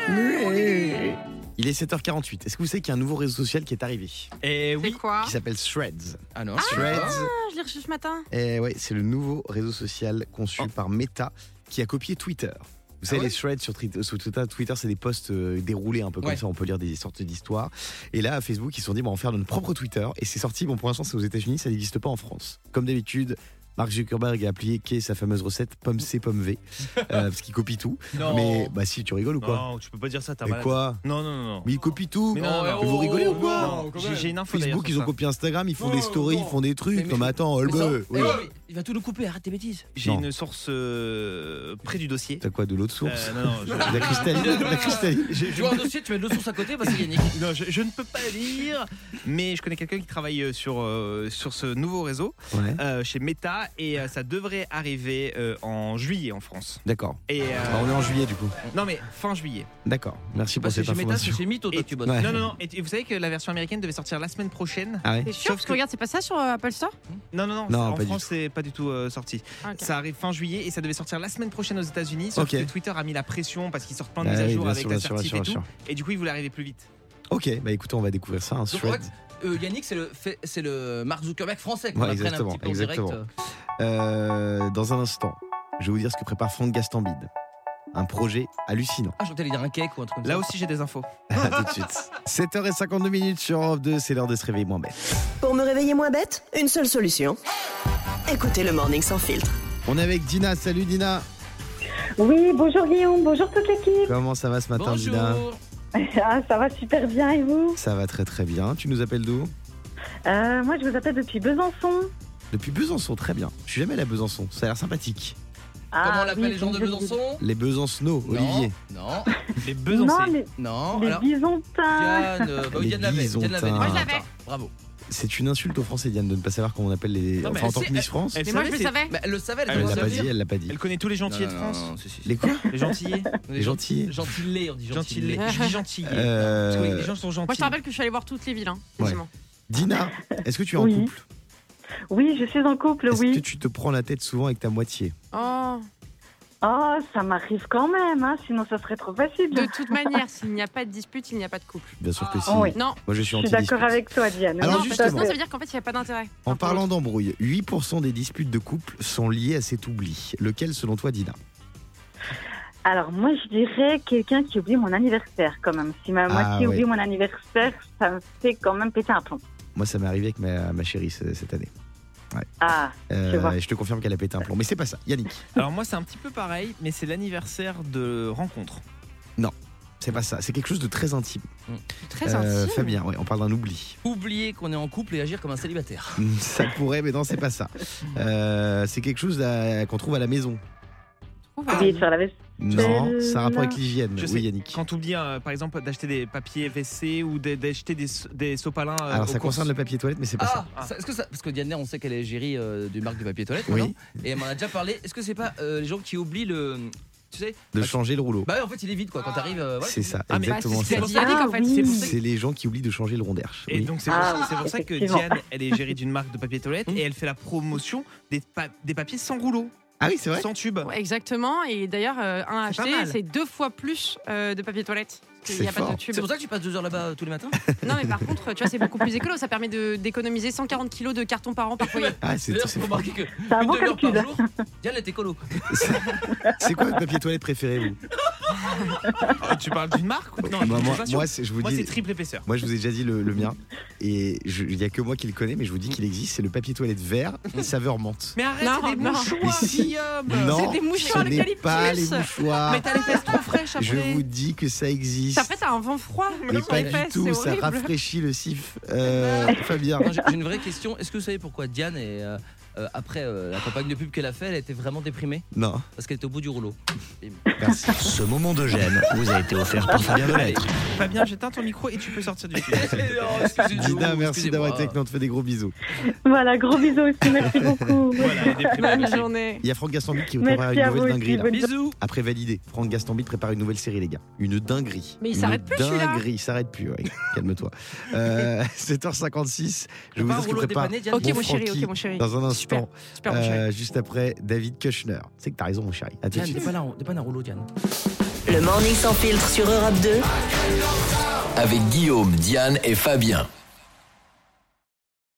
[SPEAKER 3] Il est 7h48. Est-ce que vous savez qu'il y a un nouveau réseau social qui est arrivé
[SPEAKER 6] Et
[SPEAKER 4] C'est
[SPEAKER 6] oui.
[SPEAKER 4] quoi
[SPEAKER 3] qui s'appelle Threads.
[SPEAKER 7] Ah non.
[SPEAKER 3] Threads,
[SPEAKER 4] Ah, Je l'ai reçu ce matin.
[SPEAKER 3] eh ouais, c'est le nouveau réseau social conçu par Meta qui a copié Twitter.
[SPEAKER 7] Oh.
[SPEAKER 3] Vous savez,
[SPEAKER 7] Ah ouais
[SPEAKER 3] les threads sur, Twitter- sur Twitter, Twitter, c'est des posts euh, déroulés un peu comme
[SPEAKER 7] Ouais.
[SPEAKER 3] ça, on peut lire des sortes d'histoires. Et là, à Facebook, ils se sont dit, bon, on va faire notre propre Twitter. Et c'est sorti, bon, pour l'instant, c'est aux États-Unis, ça n'existe pas en France. Comme d'habitude, Mark Zuckerberg a appliqué sa fameuse recette pomme C, pomme V, euh, parce qu'il copie tout.
[SPEAKER 6] Non.
[SPEAKER 3] Mais bah si, tu rigoles ou quoi
[SPEAKER 6] non, tu peux pas dire ça, t'as
[SPEAKER 3] Mais
[SPEAKER 6] mal.
[SPEAKER 3] quoi
[SPEAKER 6] Non, non, non. non.
[SPEAKER 3] Mais il copie tout
[SPEAKER 6] Mais
[SPEAKER 7] non,
[SPEAKER 3] Mais
[SPEAKER 7] non.
[SPEAKER 3] Vous rigolez ou
[SPEAKER 7] Oh,
[SPEAKER 3] quoi
[SPEAKER 7] non.
[SPEAKER 6] J'ai j'ai une info d'ailleurs
[SPEAKER 3] Facebook,
[SPEAKER 6] sur
[SPEAKER 3] ils ont
[SPEAKER 6] ça.
[SPEAKER 3] copié Instagram, ils font des
[SPEAKER 7] Non,
[SPEAKER 3] stories,
[SPEAKER 7] non.
[SPEAKER 3] ils font des
[SPEAKER 7] Mais-
[SPEAKER 3] trucs.
[SPEAKER 7] mais-
[SPEAKER 3] Comme attends,
[SPEAKER 7] Mais ça-
[SPEAKER 3] Holbe,
[SPEAKER 7] Eh
[SPEAKER 3] oui.
[SPEAKER 7] non, mais Il va tout nous couper, arrête tes bêtises.
[SPEAKER 6] J'ai
[SPEAKER 3] Non.
[SPEAKER 6] une source euh, près du dossier.
[SPEAKER 3] T'as quoi de l'eau de source
[SPEAKER 6] Euh, non, non, je-
[SPEAKER 3] De La cristalline, de la cristalline.
[SPEAKER 7] Tu vois un dossier, tu mets le source à côté, vas-y Yannick.
[SPEAKER 6] Non, je, je ne peux pas lire, mais je connais quelqu'un qui travaille euh, sur, euh, sur ce nouveau réseau
[SPEAKER 3] Ouais.
[SPEAKER 6] euh, chez Meta et euh, ça devrait arriver euh, en juillet en France.
[SPEAKER 3] D'accord.
[SPEAKER 6] Et euh,
[SPEAKER 3] Alors, on est en juillet du coup.
[SPEAKER 6] non mais fin juillet.
[SPEAKER 3] D'accord. Merci
[SPEAKER 7] Bah,
[SPEAKER 3] pour
[SPEAKER 7] c'est
[SPEAKER 3] cette
[SPEAKER 7] chez Meta, c'est
[SPEAKER 3] information.
[SPEAKER 7] chez Mytho, toi
[SPEAKER 6] Et-
[SPEAKER 7] tu bosses.
[SPEAKER 3] Ouais.
[SPEAKER 6] Non non non. Et, et vous savez que la version américaine devait sortir la semaine prochaine.
[SPEAKER 3] Ah ouais
[SPEAKER 4] T'es sûr
[SPEAKER 6] Sauf
[SPEAKER 4] parce que
[SPEAKER 6] que-
[SPEAKER 4] regarde c'est pas ça sur euh, Apple Store.
[SPEAKER 6] Non non non.
[SPEAKER 3] Non,
[SPEAKER 6] ça- en
[SPEAKER 3] pas du
[SPEAKER 6] France c'est pas du tout euh, sorti.
[SPEAKER 4] Ah, ok.
[SPEAKER 6] Ça arrive fin juillet et ça devait sortir la semaine prochaine aux États-Unis. Sauf
[SPEAKER 3] Ok.
[SPEAKER 6] que Twitter a mis la pression parce qu'ils sortent plein de
[SPEAKER 3] Ah
[SPEAKER 6] mises à
[SPEAKER 3] oui,
[SPEAKER 6] jour
[SPEAKER 3] bien
[SPEAKER 6] avec
[SPEAKER 3] sûr,
[SPEAKER 6] la
[SPEAKER 3] bien sûr,
[SPEAKER 6] certif
[SPEAKER 3] bien
[SPEAKER 6] et
[SPEAKER 3] sûr.
[SPEAKER 6] tout. Et du coup ils voulaient arriver plus vite.
[SPEAKER 3] Ok, bah écoutez, on va découvrir ça, un
[SPEAKER 7] Donc,
[SPEAKER 3] thread.
[SPEAKER 7] Euh, Yannick, c'est le, fait- c'est le Mark Zuckerberg français qu'on
[SPEAKER 3] Ouais,
[SPEAKER 7] apprenne un
[SPEAKER 3] exactement,
[SPEAKER 7] petit peu
[SPEAKER 3] exactement.
[SPEAKER 7] en direct. Ah,
[SPEAKER 3] Euh, dans un instant, je vais vous dire ce que prépare Franck Gastambide. Un projet hallucinant.
[SPEAKER 7] Ah, j'entends aller dire un cake ou un truc comme
[SPEAKER 6] Là
[SPEAKER 7] ça.
[SPEAKER 6] aussi j'ai des infos.
[SPEAKER 3] À tout de suite. 7h52 minutes sur Europe 2, c'est l'heure de se réveiller moins bête.
[SPEAKER 1] Pour me réveiller moins bête, une seule solution. Écoutez le Morning sans filtre.
[SPEAKER 3] On est avec Dina. Salut Dina. euh,
[SPEAKER 8] Oui, bonjour Guillaume, bonjour toute l'équipe.
[SPEAKER 3] Comment ça va ce matin, Dina
[SPEAKER 7] Bonjour.
[SPEAKER 8] Ah, ça va super bien et vous
[SPEAKER 3] Ça va très très bien. Tu nous appelles d'où
[SPEAKER 8] Euh, Moi, je vous appelle depuis Besançon.
[SPEAKER 3] Depuis Besançon, très bien. Je suis jamais allé à Besançon, ça a l'air sympathique.
[SPEAKER 7] Comment on l'appelle
[SPEAKER 8] Ah oui,
[SPEAKER 7] les gens de
[SPEAKER 8] je- je-
[SPEAKER 7] Besançon
[SPEAKER 3] Les Besancenaux, Olivier.
[SPEAKER 7] Non,
[SPEAKER 6] Les
[SPEAKER 8] Non,
[SPEAKER 6] Besançons.
[SPEAKER 8] les,
[SPEAKER 7] non.
[SPEAKER 8] les
[SPEAKER 7] Oh, Alors,
[SPEAKER 8] Byzantins.
[SPEAKER 7] Diane, euh, bah,
[SPEAKER 3] Les Ah,
[SPEAKER 7] Diane l'avait. Diane l'avait.
[SPEAKER 3] Byzantins.
[SPEAKER 4] Moi, je l'avais.
[SPEAKER 7] Attends, Bravo.
[SPEAKER 3] C'est une insulte aux Français, Diane, de ne pas savoir comment on appelle les.
[SPEAKER 6] Non, mais
[SPEAKER 3] enfin, en tant
[SPEAKER 7] c'est-
[SPEAKER 3] que Miss France.
[SPEAKER 6] Elle
[SPEAKER 4] Mais moi je
[SPEAKER 6] savait,
[SPEAKER 4] le
[SPEAKER 6] c'est-
[SPEAKER 4] savais.
[SPEAKER 7] Bah, elle le savait, elle,
[SPEAKER 6] Elle
[SPEAKER 3] Ah, Elle
[SPEAKER 7] devait
[SPEAKER 3] l'a
[SPEAKER 7] le
[SPEAKER 3] pas dit,
[SPEAKER 7] dire.
[SPEAKER 3] elle l'a pas dit.
[SPEAKER 6] Elle connaît tous les
[SPEAKER 5] hein.
[SPEAKER 6] gentils de France.
[SPEAKER 3] Les quoi
[SPEAKER 6] Les gentillés.
[SPEAKER 3] Les gentils.
[SPEAKER 7] Gentilé, on dit gentilé.
[SPEAKER 6] Gentilé. Je dis gentillés.
[SPEAKER 3] Euh,
[SPEAKER 6] Parce que les gens sont gentils.
[SPEAKER 4] Moi je te rappelle que je suis allée voir toutes les villes. Hein, quasiment.
[SPEAKER 3] Dina, est-ce que tu es en
[SPEAKER 8] Oui.
[SPEAKER 3] couple
[SPEAKER 8] Oui, je suis en couple,
[SPEAKER 3] Est-ce que
[SPEAKER 8] oui.
[SPEAKER 3] tu te prends la tête souvent avec ta moitié
[SPEAKER 4] Oh.
[SPEAKER 8] Oh, ça m'arrive quand même, hein, sinon ça serait trop facile.
[SPEAKER 4] De toute manière s'il n'y a pas de dispute il n'y a pas de couple.
[SPEAKER 3] Bien sûr que si.
[SPEAKER 8] oui.
[SPEAKER 4] Non.
[SPEAKER 3] Moi, je suis
[SPEAKER 8] Je suis
[SPEAKER 3] anti-dispute.
[SPEAKER 8] d'accord avec toi, Diane.
[SPEAKER 3] Alors,
[SPEAKER 4] non,
[SPEAKER 8] tout à
[SPEAKER 4] parce
[SPEAKER 3] justement.
[SPEAKER 4] que
[SPEAKER 3] Euh,
[SPEAKER 4] sinon ça
[SPEAKER 8] fait.
[SPEAKER 4] veut dire qu'en fait il n'y a pas d'intérêt.
[SPEAKER 3] En parlant d'embrouille, 8% des disputes de couple sont liées à cet oubli. Lequel, selon toi, Dina
[SPEAKER 8] Alors, moi, je dirais quelqu'un qui oublie mon anniversaire, quand même. Si ma moitié
[SPEAKER 3] Ah, ouais.
[SPEAKER 8] oublie mon anniversaire, ça me fait quand même péter un plomb.
[SPEAKER 3] Moi, ça m'est arrivé avec ma, ma chérie ce- cette année.
[SPEAKER 8] Ah,
[SPEAKER 3] Euh,
[SPEAKER 8] Je vois.
[SPEAKER 3] je te confirme qu'elle a pété un plomb. Mais c'est pas ça. Yannick,
[SPEAKER 6] Alors moi c'est un petit peu pareil, mais c'est l'anniversaire de rencontre.
[SPEAKER 3] c'est pas ça. C'est quelque chose de très intime.
[SPEAKER 4] Très
[SPEAKER 3] Euh,
[SPEAKER 4] intime.
[SPEAKER 3] Fabien, ouais, on parle d'un oubli.
[SPEAKER 7] Oublier qu'on est en couple et agir comme un célibataire.
[SPEAKER 3] Ça pourrait, mais non, c'est pas ça. Euh, c'est quelque chose à- qu'on trouve à la maison.
[SPEAKER 4] Oh,
[SPEAKER 3] Ah.
[SPEAKER 4] hein.
[SPEAKER 8] oublier de faire la vaisselle.
[SPEAKER 3] Non,
[SPEAKER 8] Euh,
[SPEAKER 3] ça a rapport avec
[SPEAKER 8] non.
[SPEAKER 3] l'hygiène.
[SPEAKER 6] Je sais.
[SPEAKER 3] Oui, Yannick.
[SPEAKER 6] Quand oublies, euh, par exemple, d'acheter des papiers WC ou des- d'acheter des, so- des sopalins. euh,
[SPEAKER 3] Alors,
[SPEAKER 6] aux
[SPEAKER 3] ça
[SPEAKER 6] courses.
[SPEAKER 3] concerne le papier toilette, mais c'est pas
[SPEAKER 5] Ah,
[SPEAKER 6] Ah.
[SPEAKER 5] ça- est-ce que ça, parce que Diane, on sait qu'elle est égérie euh, du marque du papier toilette,
[SPEAKER 3] Oui.
[SPEAKER 5] maintenant, et elle m'en a déjà parlé. Est-ce que c'est pas euh, les gens qui oublient le, tu sais,
[SPEAKER 3] ça. De
[SPEAKER 5] bah,
[SPEAKER 3] changer le rouleau.
[SPEAKER 5] bah ouais, en fait il est vide quoi quand t'arrives. euh, voilà.
[SPEAKER 3] C'est ça,
[SPEAKER 6] Ah, mais-
[SPEAKER 3] exactement.
[SPEAKER 4] Ah, c'est
[SPEAKER 3] ça.
[SPEAKER 4] ce qu'a
[SPEAKER 6] pour
[SPEAKER 4] dit
[SPEAKER 6] ça.
[SPEAKER 4] Yannick, en fait.
[SPEAKER 8] Ah
[SPEAKER 4] C'est pour
[SPEAKER 8] oui.
[SPEAKER 4] ça que-
[SPEAKER 3] C'est les gens qui oublient de changer le rond d'air.
[SPEAKER 6] Et
[SPEAKER 3] Oui.
[SPEAKER 6] donc c'est pour,
[SPEAKER 8] Ah,
[SPEAKER 6] ça- c'est pour ça que
[SPEAKER 8] effectivement.
[SPEAKER 6] Diane, elle est gérée d'une marque de papier toilette
[SPEAKER 5] Mm.
[SPEAKER 6] et elle fait la promotion des, pa- des papiers sans rouleau,
[SPEAKER 3] Ah oui, c'est vrai
[SPEAKER 6] sans tube.
[SPEAKER 4] Ouais, Exactement. Et d'ailleurs, euh, un
[SPEAKER 6] C'est pas
[SPEAKER 4] acheté,
[SPEAKER 6] mal.
[SPEAKER 4] c'est deux fois plus euh, de papier toilette. Il n'y a
[SPEAKER 3] C'est
[SPEAKER 4] pas
[SPEAKER 3] fort.
[SPEAKER 4] de tube.
[SPEAKER 5] C'est pour ça que tu passes deux heures là-bas euh, tous les matins.
[SPEAKER 4] Non, mais par contre, tu vois, c'est beaucoup plus écolo. Ça permet de- d'économiser 140 kilos de carton par an par foyer.
[SPEAKER 3] Ah, c'est
[SPEAKER 5] D'ailleurs,
[SPEAKER 3] c'est
[SPEAKER 5] faut
[SPEAKER 3] fort.
[SPEAKER 5] remarquer que
[SPEAKER 8] C'est un
[SPEAKER 5] une
[SPEAKER 8] Ah, bon
[SPEAKER 5] demi-heure
[SPEAKER 8] calcul.
[SPEAKER 5] par jour, Diane elle était colo.
[SPEAKER 3] C'est quoi votre papier toilette préféré, vous
[SPEAKER 6] Ah, tu parles d'une marque ou non
[SPEAKER 3] Bah,
[SPEAKER 6] je suis
[SPEAKER 3] Moi,
[SPEAKER 6] pas sûr.
[SPEAKER 3] moi, c'est- je vous
[SPEAKER 6] Moi,
[SPEAKER 3] dis.
[SPEAKER 6] c'est triple épaisseur.
[SPEAKER 3] Moi, je vous ai déjà dit le, le mien. Et je- il n'y a que moi qui le connais, mais je vous dis qu'il existe. C'est le papier toilette vert, saveur menthe.
[SPEAKER 6] Mais arrête,
[SPEAKER 4] Non,
[SPEAKER 6] c'est des
[SPEAKER 4] non.
[SPEAKER 6] mouchoirs,
[SPEAKER 3] Mais si.
[SPEAKER 6] Guillaume
[SPEAKER 3] Non,
[SPEAKER 4] des
[SPEAKER 3] ce
[SPEAKER 4] mouchoirs,
[SPEAKER 3] n'est pas les
[SPEAKER 4] l'eucalyptus.
[SPEAKER 3] mouchoirs.
[SPEAKER 4] Mais t'as les fesses trop fraîches après.
[SPEAKER 3] Ah. Je vous dis que ça existe.
[SPEAKER 4] Après, t'as un vent froid.
[SPEAKER 3] Mais
[SPEAKER 4] sur les
[SPEAKER 3] pas du
[SPEAKER 4] fesses,
[SPEAKER 3] tout,
[SPEAKER 4] c'est
[SPEAKER 3] ça
[SPEAKER 4] horrible. Ah bah.
[SPEAKER 3] rafraîchit le sif. Euh, Fabien,
[SPEAKER 5] Non, J'ai j'ai une vraie question. Est-ce que vous savez pourquoi Diane est euh, euh, après euh, la campagne de pub qu'elle a fait, elle était vraiment déprimée
[SPEAKER 3] non,
[SPEAKER 5] parce qu'elle était au bout du rouleau.
[SPEAKER 3] merci.
[SPEAKER 9] Ce moment de gêne vous a été offert
[SPEAKER 3] Ah,
[SPEAKER 9] par Fabien Delettre.
[SPEAKER 6] Fabien, j'éteins ton micro et tu peux sortir du sujet.
[SPEAKER 5] Oh, excusez-nous,
[SPEAKER 3] Dina, merci
[SPEAKER 5] excusez-moi.
[SPEAKER 3] d'avoir été avec nous. On te fait des gros bisous.
[SPEAKER 8] Voilà, gros bisous aussi, merci beaucoup.
[SPEAKER 6] Voilà, elle est déprimée
[SPEAKER 4] Bonne
[SPEAKER 6] aussi.
[SPEAKER 4] journée.
[SPEAKER 3] Il y a Franck Gastambide qui vous
[SPEAKER 8] Merci
[SPEAKER 3] prépare une
[SPEAKER 8] à
[SPEAKER 3] nouvelle
[SPEAKER 8] vous
[SPEAKER 3] dinguerie.
[SPEAKER 8] aussi,
[SPEAKER 3] là.
[SPEAKER 8] bonne
[SPEAKER 5] Bisous.
[SPEAKER 3] Après validé, Franck Gastambide prépare une nouvelle série, les gars. Une dinguerie.
[SPEAKER 4] Mais il
[SPEAKER 3] Une
[SPEAKER 4] s'arrête plus, celui-là.
[SPEAKER 3] Dinguerie, il s'arrête plus. ouais. Calme-toi. Euh, 7h56. Je vais vous
[SPEAKER 5] Pas un
[SPEAKER 3] dire ce que
[SPEAKER 5] rouleau
[SPEAKER 3] prépare
[SPEAKER 5] dépanné, Diane.
[SPEAKER 4] Ok,
[SPEAKER 3] Bon,
[SPEAKER 4] mon chéri,
[SPEAKER 3] Francky,
[SPEAKER 4] ok, mon chéri.
[SPEAKER 3] dans un
[SPEAKER 4] Super.
[SPEAKER 3] instant,
[SPEAKER 4] Super, mon chéri.
[SPEAKER 3] euh, juste après David Kushner. Tu sais que t'as raison, mon chéri. À tout de
[SPEAKER 5] Diane,
[SPEAKER 3] suite.
[SPEAKER 5] dépanne un- dépanne un rouleau, Diane.
[SPEAKER 1] Le Morning Sans Filtre sur Europe 2.
[SPEAKER 2] Avec Guillaume, Diane et Fabien.